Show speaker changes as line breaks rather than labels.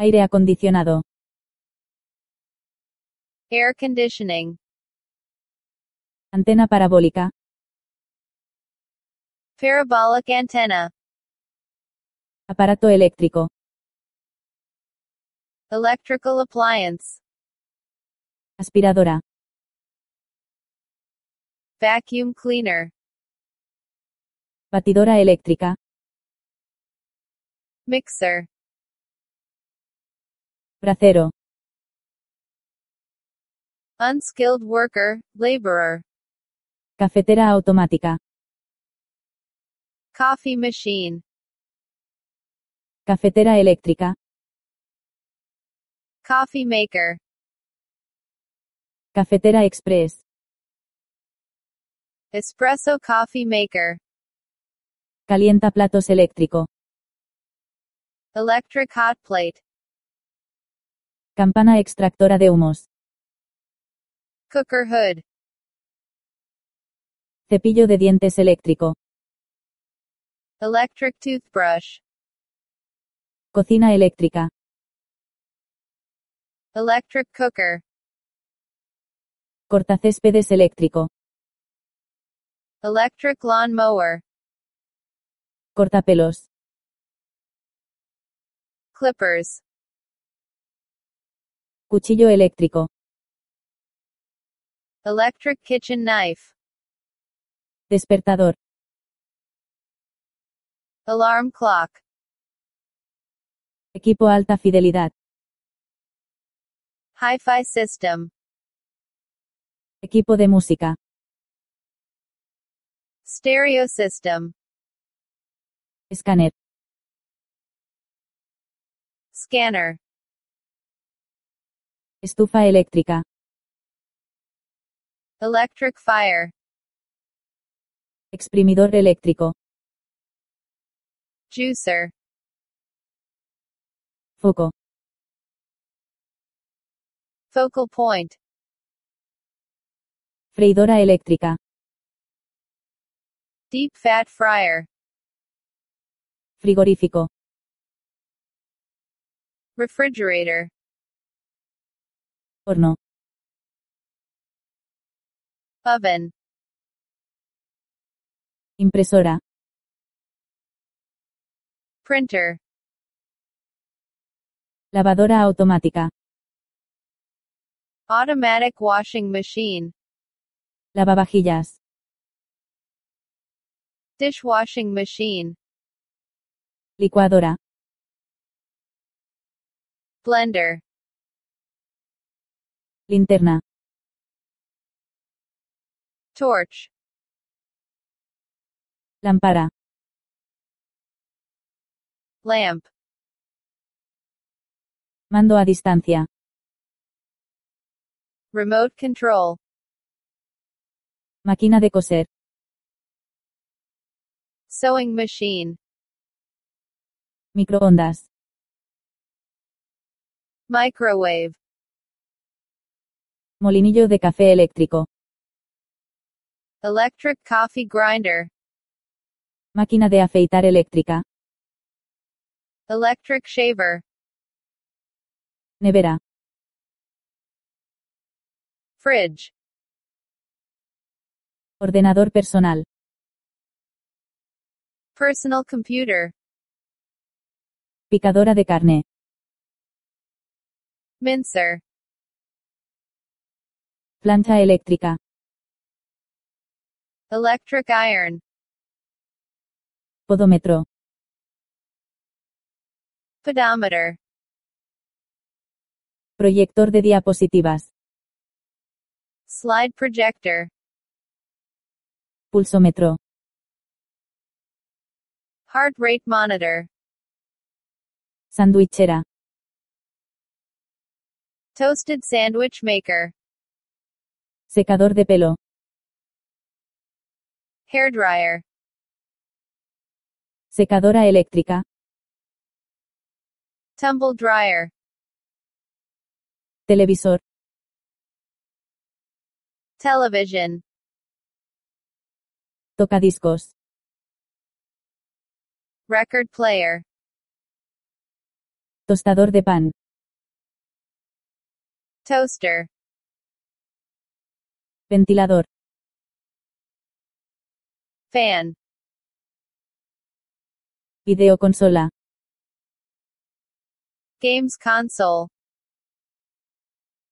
Aire acondicionado.
Air conditioning.
Antena parabólica.
Parabolic antenna.
Aparato eléctrico.
Electrical appliance.
Aspiradora.
Vacuum cleaner.
Batidora eléctrica.
Mixer.
Bracero.
Unskilled worker, laborer.
Cafetera automática.
Coffee machine.
Cafetera eléctrica.
Coffee maker.
Cafetera express.
Espresso coffee maker.
Calienta platos eléctrico.
Electric hot plate.
Campana extractora de humos.
Cooker hood.
Cepillo de dientes eléctrico.
Electric toothbrush.
Cocina eléctrica.
Electric cooker.
Cortacéspedes eléctrico.
Electric lawn mower.
Cortapelos.
Clippers.
Cuchillo eléctrico.
Electric kitchen knife.
Despertador.
Alarm clock.
Equipo alta fidelidad.
Hi-fi system.
Equipo de música.
Stereo system.
Escáner.
Scanner.
Estufa eléctrica.
Electric fire.
Exprimidor eléctrico.
Juicer.
Foco.
Focal point.
Freidora eléctrica.
Deep fat fryer.
Frigorífico.
Refrigerator.
Horno.
Oven.
Impresora.
Printer.
Lavadora automática.
Automatic washing machine.
Lavavajillas.
Dishwashing machine.
Licuadora.
Blender.
Linterna.
Torch.
Lámpara.
Lamp.
Mando a distancia.
Remote control.
Máquina de coser.
Sewing machine.
Microondas.
Microwave.
Molinillo de café eléctrico.
Electric coffee grinder.
Máquina de afeitar eléctrica.
Electric shaver.
Nevera.
Fridge.
Ordenador personal.
Personal computer.
Picadora de carne.
Mincer.
Plancha eléctrica.
Electric iron.
Podómetro.
Pedometer.
Proyector de diapositivas.
Slide projector.
Pulsómetro.
Heart rate monitor.
Sandwichera.
Toasted sandwich maker.
Secador de pelo.
Hairdryer.
Secadora eléctrica.
Tumble dryer.
Televisor.
Television.
Tocadiscos.
Record player.
Tostador de pan.
Toaster.
Ventilador.
Fan.
Videoconsola.
Games console.